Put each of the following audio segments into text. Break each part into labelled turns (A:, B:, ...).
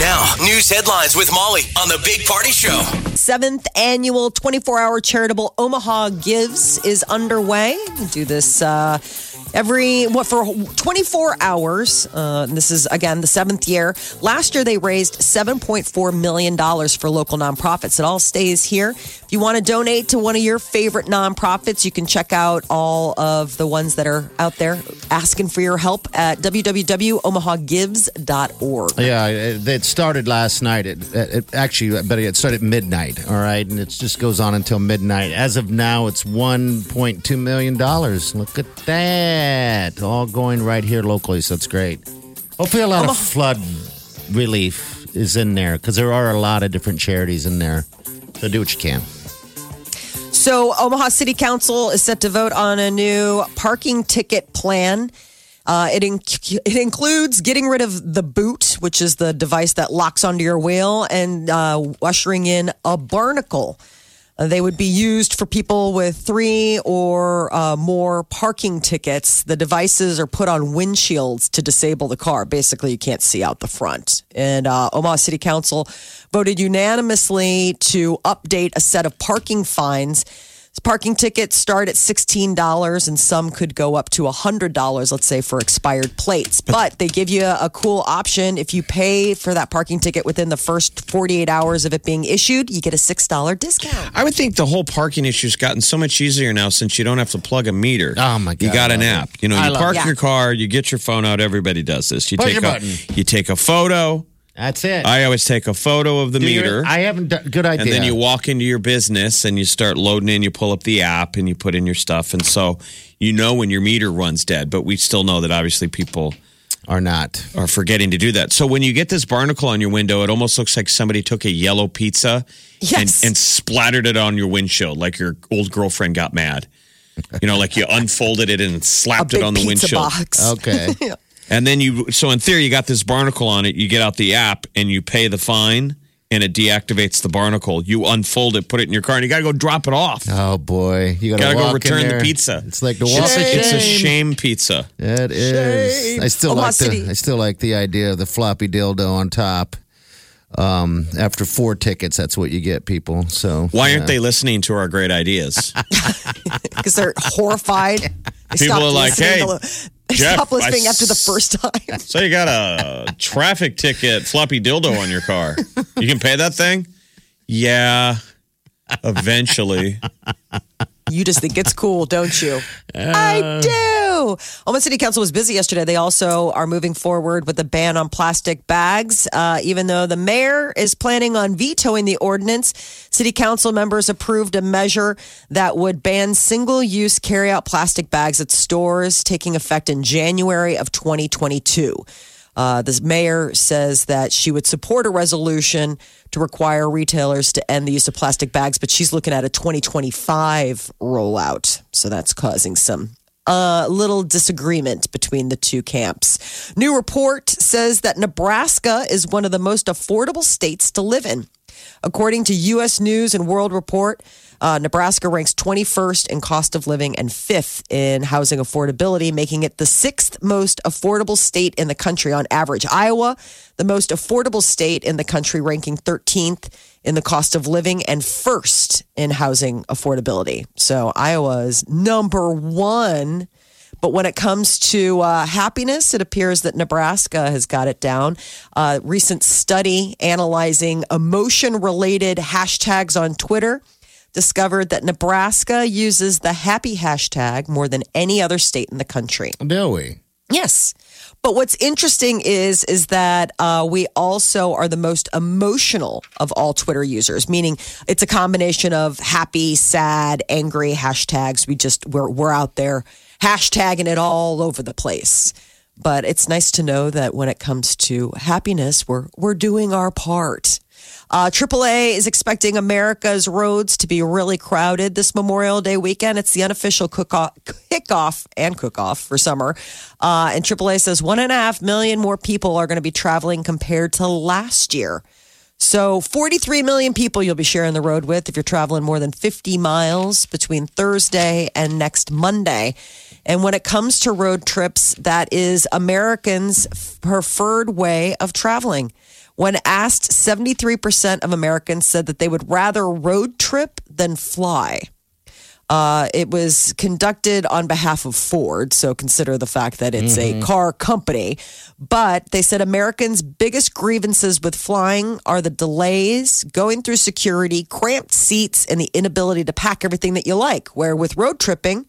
A: Now, news headlines with Molly on the Big Party Show.
B: Seventh annual 24 hour charitable Omaha Gives is underway. We do this uh, every, what, for 24 hours. Uh, and this is, again, the seventh year. Last year, they raised $7.4 million for local nonprofits. It all stays here. If you want to donate to one of your favorite nonprofits, you can check out all of the ones that are out there asking for your help at www.omahagives.org.
C: Yeah, it, it started last night. It, it actually, but it started at midnight. All right, and it just goes on until midnight. As of now, it's one point two million dollars. Look at that, all going right here locally. So it's great. Hopefully, a lot of flood relief is in there because there are a lot of different charities in there. So do what you can.
B: So, Omaha City Council is set to vote on a new parking ticket plan. Uh, it, inc- it includes getting rid of the boot, which is the device that locks onto your wheel, and uh, ushering in a barnacle. Uh, they would be used for people with three or uh, more parking tickets. The devices are put on windshields to disable the car. Basically, you can't see out the front. And uh, Omaha City Council voted unanimously to update a set of parking fines. Parking tickets start at $16 and some could go up to $100, let's say, for expired plates. But they give you a, a cool option. If you pay for that parking ticket within the first 48 hours of it being issued, you get a $6 discount.
D: I would think the whole parking issue's gotten so much easier now since you don't have to plug a meter.
C: Oh, my
D: You
C: God,
D: got
C: I
D: an
C: love
D: app. You know,
C: I
D: you
C: love
D: park
B: it.
D: your car, you get your phone out. Everybody does this. You
C: Push
D: take
C: your
D: a
C: button.
D: you take a photo.
C: That's it.
D: I always take a photo of the
C: Do your-
D: meter.
C: I haven't done. Good idea.
D: and then you walk into your business and you start loading in. You pull up the app and you put in your stuff, and so you know when your meter runs dead. But we still know that obviously people
C: are not.
D: are forgetting to do that. So when you get this barnacle on your window, it almost looks like somebody took a yellow pizza
B: Yes.
D: and, and splattered it on your windshield, like your old girlfriend got mad. You know, like you unfolded it and
B: A
D: slapped
B: big
D: it on the
B: pizza
D: windshield. Oh.
B: box.
C: Okay.
D: And then you, so in theory, you got this barnacle on it. You get out the app and you pay the fine and it deactivates the barnacle. You unfold it, put it in your car, and you got to go drop it off.
C: Oh boy, you gotta,
D: Gotta go
C: walk in
D: return the
C: there.
D: pizza.
C: It's like the
D: It's
C: walk.
D: a-
C: of
D: it's a shame pizza.
C: It is. I still
B: Omaha
C: like the
B: City.
C: I still like the idea of the floppy dildo on top. Um, after four tickets, that's what you get, people. So
D: Why aren't they listening to our great ideas?
B: Because they're horrified. They
D: People
B: stopped
D: are like,
B: listening
D: "Hey,
B: to- They
D: Jeff,
B: stop listening
D: I
B: after the
D: s-
B: first time.
D: So you got a traffic ticket, floppy dildo on your car. You can pay that thing? Yeah. Eventually.
B: You just think it's cool, don't you? I do. Omaha City Council was busy yesterday. They also are moving forward with a ban on plastic bags. Uh, even though the mayor is planning on vetoing the ordinance, City Council members approved a measure that would ban single use carry out plastic bags at stores, taking effect in January of 2022. Uh, this mayor says that she would support a resolution to require retailers to end the use of plastic bags, but she's looking at a 2025 rollout. So that's causing some uh, little disagreement between the two camps. New report says that Nebraska is one of the most affordable states to live in. According to U.S. News and World Report, uh, Nebraska ranks 21st in cost of living and fifth in housing affordability, making it the sixth most affordable state in the country on average. Iowa, the most affordable state in the country, ranking 13th in the cost of living and first in housing affordability. So Iowa is number one. But when it comes to uh, happiness, it appears that Nebraska has got it down. Uh, recent study analyzing emotion related hashtags on Twitter discovered that Nebraska uses the happy hashtag more than any other state in the country.
C: Do we?
B: Yes. But what's interesting is is that uh, we also are the most emotional of all Twitter users, meaning it's a combination of happy, sad, angry hashtags. We just we're we're out there hashtagging it all over the place. But it's nice to know that when it comes to happiness, we're we're doing our part. Uh, AAA is expecting America's roads to be really crowded this Memorial Day weekend. It's the unofficial cook-off, kickoff and cook-off for summer. Uh, and AAA says one and a half million more people are going to be traveling compared to last year. So 43 million people you'll be sharing the road with if you're traveling more than 50 miles between Thursday and next Monday. And when it comes to road trips, that is Americans' preferred way of traveling. When asked, 73% of Americans said that they would rather road trip than fly. Uh, it was conducted on behalf of Ford, so consider the fact that it's a car company. But they said Americans' biggest grievances with flying are the delays, going through security, cramped seats, and the inability to pack everything that you like. Where with road tripping,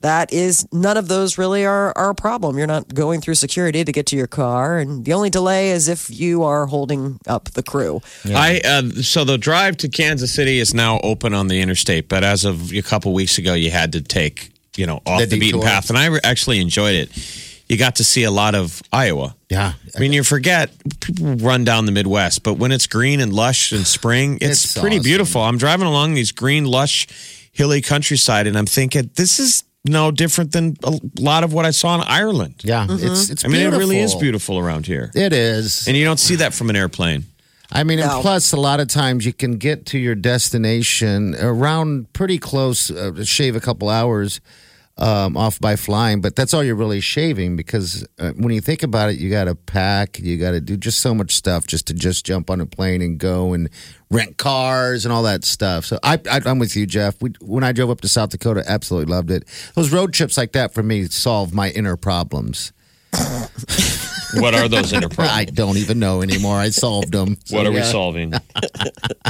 B: that is none of those really are, are a problem. You're not going through security to get to your car, and the only delay is if you are holding up the crew.
D: I uh, so the drive to Kansas City is now open on the interstate, but as of a couple weeks ago, you had to take you know off the,
C: The
D: beaten
C: detour.
D: path, and I re- actually enjoyed it. You got to see a lot of Iowa.
C: Yeah.
D: I mean, you forget people run down the Midwest, but when it's green and lush in spring, it's,
C: It's
D: pretty
C: awesome.
D: beautiful. I'm driving along these green, lush, hilly countryside, and I'm thinking this is no different than a lot of what I saw in Ireland.
C: Yeah, it's it's.
D: I mean, it really is
C: beautiful.
D: beautiful around here,
C: It is.
D: and you don't see that from an airplane.
C: I mean,
B: No.
C: and plus, a lot of times you can get to your destination around pretty close, uh, shave a couple hours um, off by flying, but that's all you're really shaving because uh, when you think about it, you got to pack, you got to do just so much stuff just to just jump on a plane and go and rent cars and all that stuff. So I, I, I'm with you, Jeff. We, when I drove up to South Dakota, absolutely loved it. Those road trips like that for me solve my inner problems.
D: What are those inter
C: I don't even know anymore. I solved them.
D: What are we
C: Yeah.
D: solving?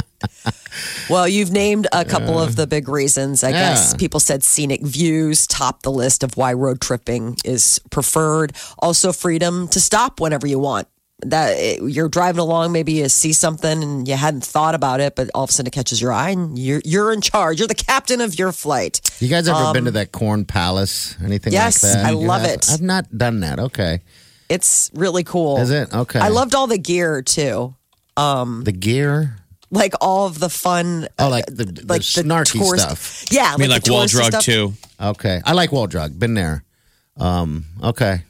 B: Well, you've named a couple of the big reasons. I
C: Yeah.
B: guess people said scenic views top the list of why road tripping is preferred. Also, freedom to stop whenever you want. That you're driving along, maybe you see something and you hadn't thought about it, but all of a sudden it catches your eye and you're you're in charge. You're the captain of your flight.
C: You guys ever been to that corn palace? Anything
B: Um, yes,
C: like that?
B: I love
C: Yeah,
B: it.
C: I've not done that. Okay.
B: It's really cool.
C: Is it? Okay.
B: I loved all the gear too, Um,
C: the gear.
B: like all of the fun,
C: Oh, like the, the
B: like the
C: snarky
B: tourist-
C: stuff.
B: Yeah,
D: I mean, like
B: the
D: wall
B: touristy
D: drug
B: stuff.
D: too.
C: Okay. I like Wall Drug. Been there. Um, okay.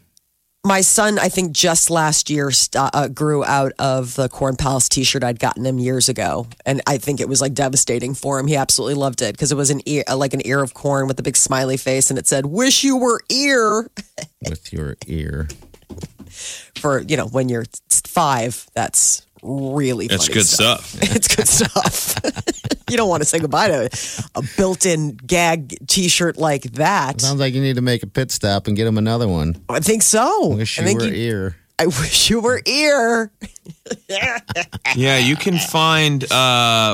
B: my son, I think just last year st- uh, grew out of the Corn Palace T-shirt I'd gotten him years ago, and I think it was like devastating for him. He absolutely loved it because it was an ear, uh, like an ear of corn with a big smiley face, and it said "Wish you were ear"
C: With your ear.
B: for you know when you're five. That's really
D: That's
B: funny
D: good stuff.
B: it's good stuff. you don't want to say goodbye to a built-in gag T-shirt like that.
C: Sounds like you need to make a pit stop and get him another one.
B: I think so.
C: Wish
B: I
C: you
B: think
C: were
B: you-
C: ear.
B: I wish you were ear.
D: Yeah, you can find uh,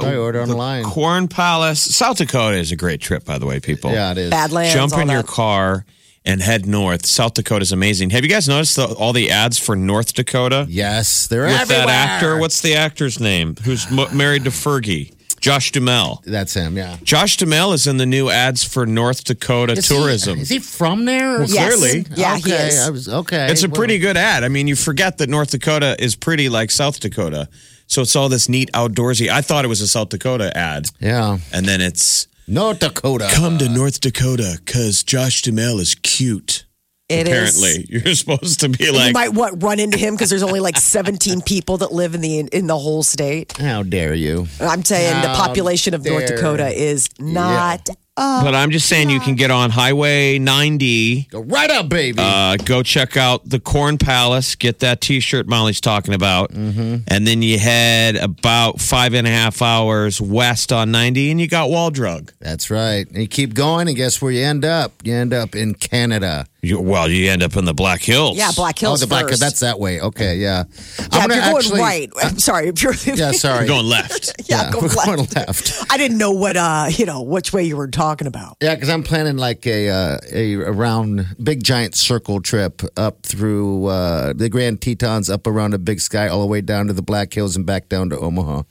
C: I order online.
D: Corn Palace. South Dakota is a great trip, by the way, people.
C: Yeah, it is.
B: Badlands.
D: Jump
B: all
D: in your
B: that.
D: car and head north. South Dakota is amazing. Have you guys noticed the, all the ads for North Dakota?
C: Yes, they're
D: With
C: everywhere.
D: that actor, what's the actor's name? Who's m- married to Fergie? Josh Duhamel.
C: That's him. Yeah.
D: Josh Duhamel is in the new ads for North Dakota
C: Is he-
D: tourism.
C: is he from there? Well,
B: Yes. clearly. Yeah,
C: okay.
B: he is.
C: I was, okay.
D: It's a
C: well,
D: pretty good ad. I mean, you forget that North Dakota is pretty like South Dakota. So it's all this neat outdoorsy. I thought it was a South Dakota ad.
C: Yeah.
D: And then it's
C: North Dakota.
D: come to North Dakota because Josh Duhamel is cute.
B: It is-
D: Apparently, you're supposed to be like,
B: you might what run into him because there's only like 17 people that live in the in the whole state.
C: How dare you?
B: And I'm saying the
C: How
B: population of North
C: dare.
B: Dakota is not.
D: but I'm just saying you can get on Highway 90.
C: Go right up, baby.
D: Uh, go check out the Corn Palace. Get that T-shirt Molly's talking about,
B: Mm-hmm.
D: and then you head about five and a half hours west on ninety, and you got Wall Drug.
C: That's right. And you keep going, and guess where you end up? You end up in Canada.
D: You, well, you end up in the Black Hills.
B: Yeah, Black Hills.
C: oh, the black.
B: first.
C: That's that way. Okay,
B: yeah,
C: yeah. I'm
B: if
C: gonna
B: you're going
C: actually-
B: right. I'm sorry, if you're
C: Yeah, sorry.
D: You're going left.
B: yeah, go
C: we're
B: left.
C: going left.
B: I didn't know what uh you know which way you were talking about.
C: Yeah, because I'm planning like a uh, a around big giant circle trip up through uh, the Grand Tetons, up around the Big Sky, all the way down to the Black Hills, and back down to Omaha.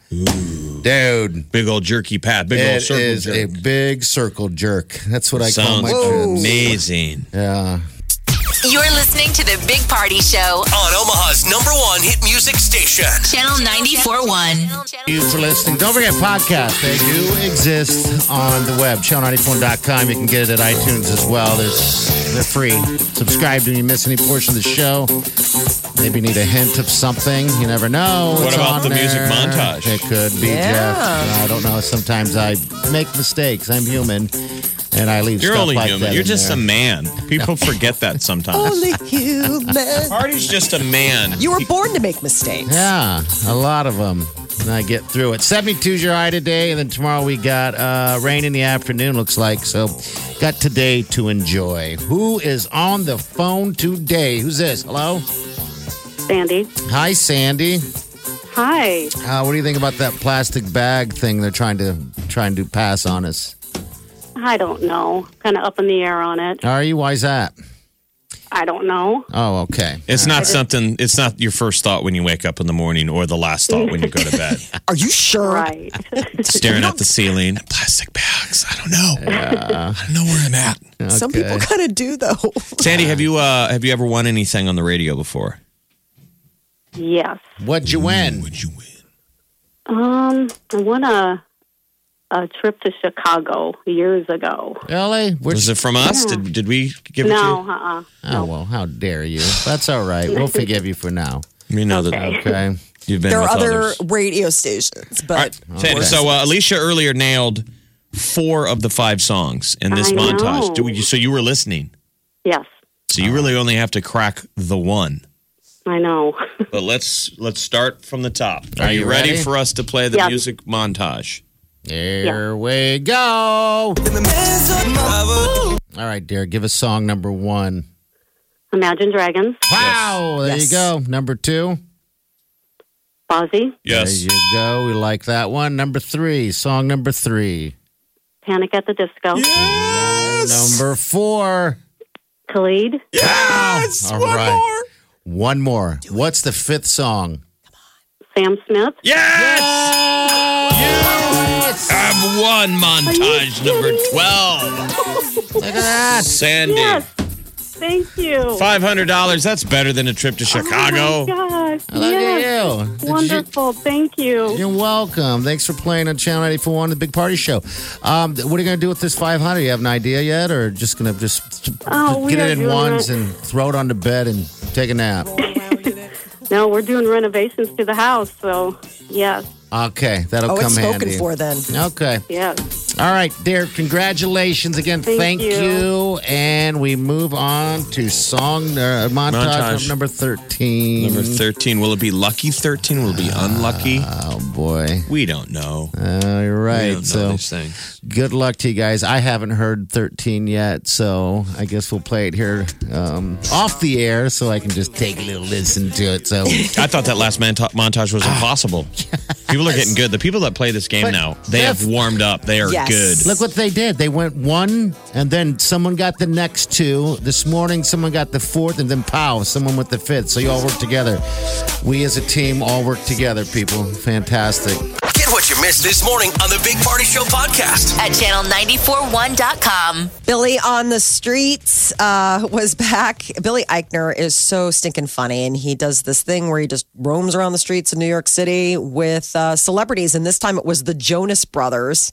C: Dude,
D: Big old jerky path. Big old
C: it
D: circle
C: is
D: jerk.
C: a big circle jerk. That's what I call
D: Sounds
C: my trips.
D: amazing.
C: Yeah.
E: You're listening to the Big Party Show,
A: on Omaha's number one hit music station.
E: Channel 94.1.
C: you for listening. Don't forget podcasts. They do exist on the web, channel94.com. You can get it at iTunes as well. There's, they're free. Subscribe to you miss any portion of the show. Maybe you need a hint of something. You never know.
D: What
C: It's
D: about
C: on
D: the music
C: there.
D: montage?
C: It could be,
B: Yeah.
C: Jeff. I don't know. Sometimes I make mistakes. I'm human. And I leave
D: You're
C: stuff
D: only
C: like
D: human.
C: that
D: You're
C: in
D: just
C: there.
D: a man. People forget that sometimes.
B: Only human.
D: Party's just a man.
B: You were born to make mistakes.
C: Yeah, a lot of them. And I get through it. 72's your high today, and then tomorrow we got uh, rain in the afternoon, looks like. So, got today to enjoy. Who is on the phone today? Who's this? Hello?
F: Sandy.
C: Hi, Sandy.
F: Hi.
C: Uh, what do you think about that plastic bag thing they're trying to trying to pass on us?
F: I don't know. Kind of up in the air on it.
C: Are you? Why's that?
F: I don't know.
C: Oh, okay.
D: It's not something, it's not your first thought when you wake up in the morning or the last thought when you go to bed.
B: Are you sure?
F: Right.
D: Staring at the ceiling. Plastic bags. I don't know. I don't know where I'm at.
B: Some people
C: Okay.
B: kind of do though.
D: Sandy, have you uh, have you ever won anything on the radio before?
F: yes.
C: What'd you win?
D: Would you win?
F: Um, I won a a trip to Chicago years ago.
C: Really? Which?
D: Was it from us? Did, did we give
F: No,
D: it
F: uh, uh
C: Oh well, how dare you? That's all right. We'll forgive you for now.
D: to you? We know that
C: Okay.
D: you've been
B: There are
D: with
B: other
D: others.
B: radio stations, but
D: All right, Sandy, so uh, Alicia earlier nailed four of the five songs in this
F: I
D: montage.
F: know.
D: Do we, so you were listening.
F: yes.
D: So you really only have to crack the one.
F: I know.
D: But let's let's start from the top. Are,
C: Are
D: you
C: you
D: ready?
C: ready?
D: for us to play the
F: Yeah.
D: music montage?
C: Here we go. All right, dear, give us song number one.
F: Imagine Dragons.
C: Wow, there
B: Yes.
C: you go. Number two.
F: Fozzy.
D: Yes.
C: There you go. We like that one. Number three, song number three.
F: Panic at the Disco.
C: Number four.
F: Khalid.
C: Yes, one more. One more. What's the fifth song?
F: Sam Smith.
D: Yes! I've won montage number 12.
C: Look at that.
D: Sandy.
F: Yes. Thank you.
D: $500. That's better than a trip to
F: Oh
D: Chicago.
F: my gosh.
C: Look
F: yes.
C: at you. Did you-
F: Wonderful. Thank you.
C: You're welcome. Thanks for playing on Channel 84 on the Big Party Show. Um, th- what are you going to do with this 500? You have an idea yet, or just going to just
F: Oh, we
C: get
F: are
C: it in
F: doing
C: ones
F: it.
C: and throw it on the bed and take a nap?
F: No, we're doing renovations to the house, so yes,
C: Okay, that'll
B: oh,
C: come
B: it's spoken
C: handy.
B: for then.
C: Okay.
F: yes.
C: All right, dear. Congratulations again.
F: Thank
C: you.
F: you.
C: And we move on to song uh, montage,
D: Montage.
C: number 13.
D: Number 13. Will it be lucky 13? Will it be unlucky?
C: oh, boy.
D: We don't know.
C: All
D: We
C: right.
D: don't know
C: So.
D: these things.
C: good luck to you guys. I haven't heard 13 yet, so I guess we'll play it here um, off the air so I can just take a little listen to it. So
D: I thought that last manta- montage was impossible. People are getting good. The people that play this game
C: Ah. But
D: now, they have
C: Steph-
D: warmed up. They are
B: Yes.
D: good.
C: look what they did. They went one, and then someone got the next two. This morning, someone got the fourth, and then pow, someone with the fifth. So you all work together. We as a team all work together, people. Fantastic.
A: Get what you missed this morning on the Big Party Show podcast.
E: At channel941.com.
B: Billy on the streets uh, was back. Billy Eichner is so stinking funny, and he does this thing where he just roams around the streets of New York City with uh, celebrities. And this time it was the Jonas Brothers,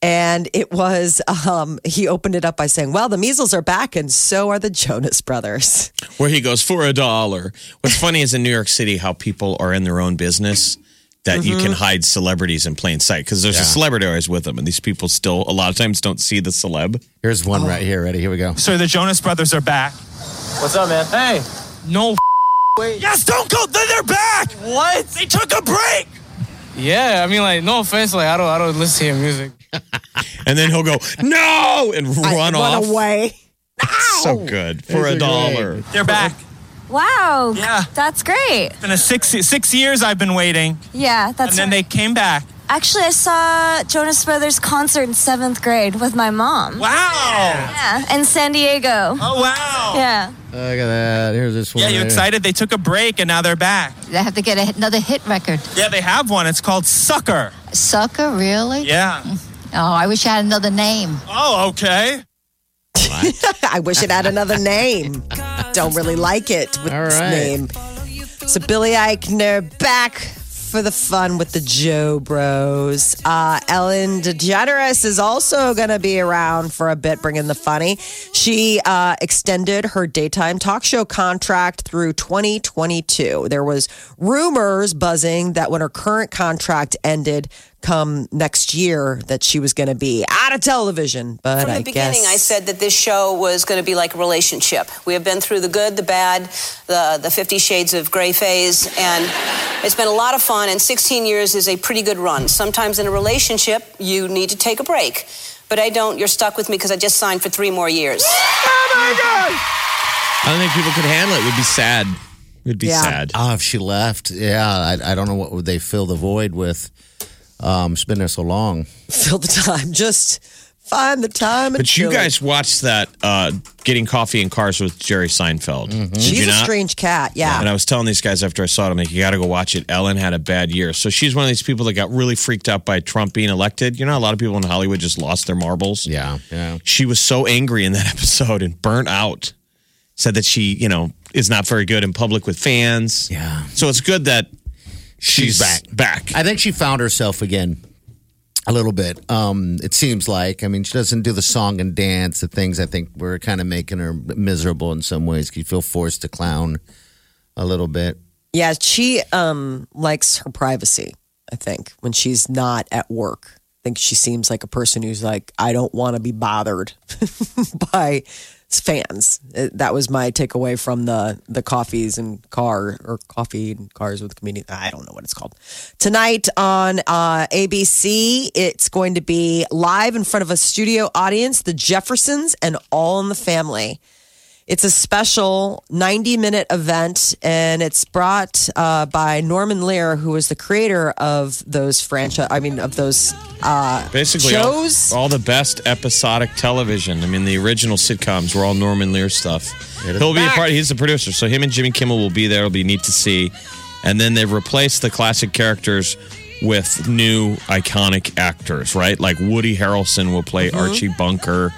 B: and it was um, he opened it up by saying, "Well, the measles are back, and so are the Jonas Brothers."
D: where he goes for a dollar. What's funny is in New York City how people are in their own business that you can
C: Mm-hmm.
D: hide celebrities in plain sight because there's a celebrity always with them, and these people still a lot of times don't see the celeb.
C: Here's one right here. Ready? Here we go.
G: Sir, the Jonas Brothers are back.
H: What's up, man? Hey.
G: No way. Yes, don't go. They're they're back. What? They took a break.
H: Yeah, I mean, like, no offense, like, I don't, I don't listen to your music.
D: And then he'll go no and run off.
B: away.
D: So good for a
C: These are
D: dollar.
G: They're back.
I: Wow.
G: Yeah.
I: That's great.
G: It's been a six six years I've been waiting,
I: Yeah, that's
G: and then they came back.
I: Actually, I saw Jonas Brothers concert in 7th grade with my mom.
G: Wow.
I: Yeah, in San Diego.
G: Oh wow.
I: Yeah.
C: Look at that. Here's this one.
G: Yeah, you
C: right here.
G: excited? They took a break and now they're back.
J: They have to get a, another hit record.
G: Yeah, they have one. It's called Sucker.
J: Sucker, really?
G: Yeah.
I: Mm-hmm.
J: Oh, I wish I had another name.
G: Oh, okay.
B: I wish it had another name. don't really like it with
C: All
B: this
C: right.
B: name. So Billy Eichner back for the fun with the Joe Bros. Uh, Ellen DeGeneres is also going to be around for a bit, bringing the funny. She uh, extended her daytime talk show contract through 2022. There was rumors buzzing that when her current contract ended come next year, that she was going to be out of television. But
K: From
B: I
K: the beginning,
B: guess
K: I said that this show was going to be like a relationship. We have been through the good, the bad, the the Fifty Shades of Grey phase, and it's been a lot of fun. And 16 years is a pretty good run. Sometimes in a relationship, you need to take a break, but I don't. You're stuck with me because I just signed for three more years. Oh my God!
D: I don't think people could handle it. It would be sad. It would be sad.
C: Oh, if she left, yeah, I, I don't know what would they fill the void with. Um, she's been there so long.
B: fill the time. Just find the time. And
D: But you
B: fill it.
D: guys watched that uh, Getting Coffee in Cars with Jerry Seinfeld. Did you
B: She's a
D: not?
B: strange cat. Yeah.
D: And I was telling these guys after I saw it, I'm like, you got to go watch it. Ellen had a bad year. So she's one of these people that got really freaked out by Trump being elected. You know, a lot of people in Hollywood just lost their marbles.
C: Yeah. Yeah.
D: She was so angry in that episode and burnt out. Said that she, you know, is not very good in public with fans. Yeah. So it's good that she's, back. Back.
C: I think she found herself again a little bit. Um, it seems like. I mean, she doesn't do the song and dance, the things I think were kind of making her miserable in some ways. You feel forced to clown a little bit.
B: Yeah, she um likes her privacy, I think, when she's not at work. I think she seems like a person who's like, I don't want to be bothered by fans. Uh, That was my takeaway from the the coffees and car or coffee and cars with comedians. I don't know what it's called. Tonight on uh, ABC, it's going to be live in front of a studio audience, the Jeffersons and All in the Family. It's a special 90 minute event, and it's brought uh, by Norman Lear, who is the creator of those franchise. I mean, of those uh,
D: Basically, all,
B: shows.
D: all the best episodic television. I mean, the original sitcoms were all Norman Lear stuff. He'll be a part. He's the producer, so him and Jimmy Kimmel will be there. It'll be neat to see. And then they've replaced the classic characters with new iconic actors, right? Like Woody Harrelson will play
B: Mhm.
D: Archie Bunker,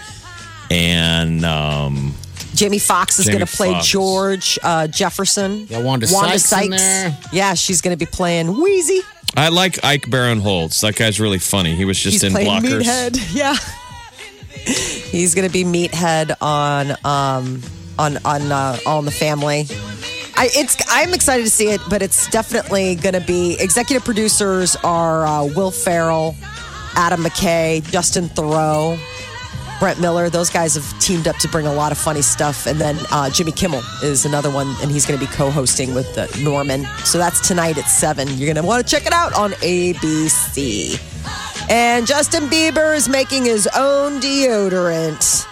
D: and um,
B: Jamie Foxx is
D: Jamie
B: going to play
D: Foxx.
B: George uh, Jefferson. Yeah,
C: Wanda Sykes in there.
B: Yeah, she's going to be playing Wheezy.
D: I like Ike Barinholtz. That guy's really funny. He was just
B: He's
D: in
B: playing
D: Blockers.
B: Meathead. Yeah. He's going to be Meathead on um on on uh, All in the Family. I it's I'm excited to see it, but it's definitely going to be executive producers are uh, Will Farrell, Adam McKay, Justin Thoreau, Brent Miller. Those guys have teamed up to bring a lot of funny stuff, and then uh, Jimmy Kimmel is another one, and he's going to be co-hosting with uh, Norman. So that's tonight at seven. You're going to want to check it out on ABC. And Justin Bieber is making his own deodorant.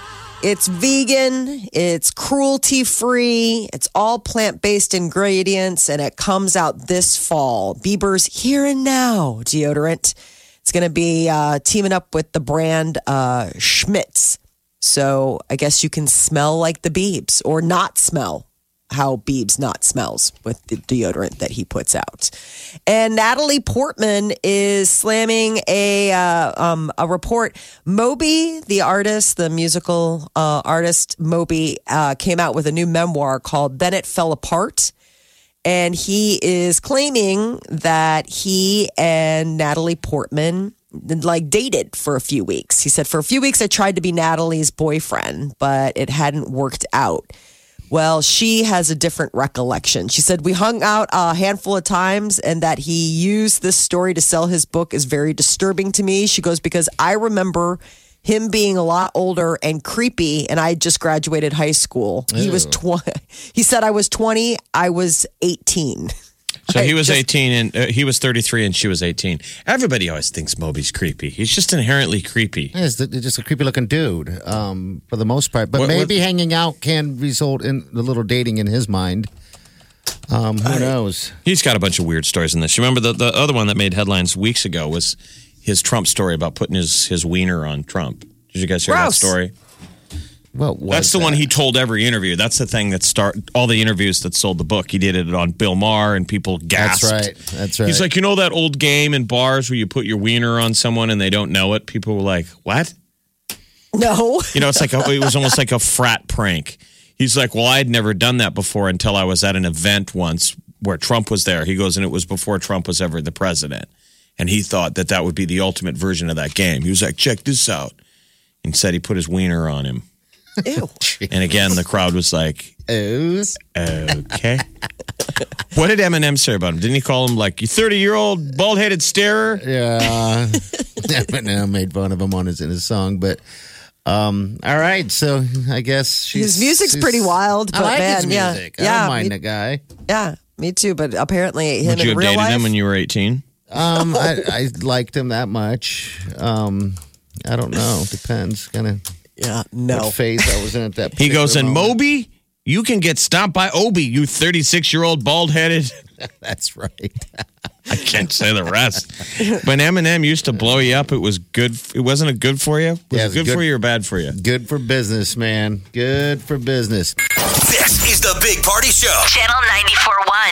B: It's vegan, it's cruelty free, it's all plant based ingredients, and it comes out this fall. Bieber's Here and Now deodorant. It's going to be uh, teaming up with the brand uh, Schmitz. So I guess you can smell like the Biebs or not smell how Biebs not smells with the deodorant that he puts out. And Natalie Portman is slamming a uh, um, a report. Moby, the artist, the musical uh, artist Moby, uh, came out with a new memoir called "Then It Fell Apart." And he is claiming that he and Natalie Portman like dated for a few weeks. He said, For a few weeks, I tried to be Natalie's boyfriend, but it hadn't worked out. Well, she has a different recollection. She said, We hung out a handful of times, and that he used this story to sell his book is very disturbing to me. She goes, Because I remember him being a lot older and creepy, and I had just graduated high school. He was
D: Ew.
B: 20. He said, I was 20, I was 18.
D: So he was 18 and uh, he was 33 and she was 18. Everybody always thinks Moby's creepy. He's just inherently creepy.
C: Yeah, it's the- it's just a creepy looking dude um, for the most part. But
D: What- what-
C: maybe hanging out can result in a little dating in his mind. Um, who knows?
D: He's got a bunch of weird stories in this. You remember the, the other one that made headlines weeks ago was his Trump story about putting his, his wiener on Trump. Did you guys hear
C: Gross.
D: that story?
C: Well,
D: That's the one he told every interview. That's the thing that start all the interviews that sold the book. He did it on Bill Maher and people gasped.
C: That's right. That's right.
D: He's like, you know that old game in bars where you put your wiener on someone and they don't know it? People were like, what?
B: No.
D: You know, it's like a, it was almost like a frat prank. He's like, well, I'd never done that before until I was at an event once where Trump was there. He goes, and it was before Trump was ever the president. And he thought that that would be the ultimate version of that game. He was like, check this out. And said he put his wiener on him.
B: Ew.
D: And again, the crowd was like,
C: Ooze.
D: Okay. what did Eminem say about him? Didn't he call him like, you 30 year old bald headed starer?
C: Yeah. Eminem made fun of him on his in his song, but um, all right. So I guess she's,
B: His music's
C: she's-
B: pretty wild,
C: I
B: but
C: like
B: man,
C: his
B: yeah,
C: music. I
B: yeah,
C: don't mind
B: me-
C: the guy.
B: Yeah, me too. But apparently, him
D: Would you
B: in
D: have
B: real
D: dated
B: life,
D: him when you were 18?
C: Um, I, I liked him that much. Um, I don't know. Depends. Kind of.
B: Yeah. No.
C: What phase I was in at that.
D: He goes,
C: particular
D: and
C: moment.
D: Moby, you can get stopped by Obi, you 36 year old bald headed.
C: That's right.
D: I can't say the rest. When Eminem used to blow you up, it was good. It wasn't a good for you. Was
C: Yeah,
D: it
C: it was
D: good,
C: good-
D: for you or bad for you?
C: Good for business, man. Good for business.
A: This is the Big Party Show.
E: Channel 941.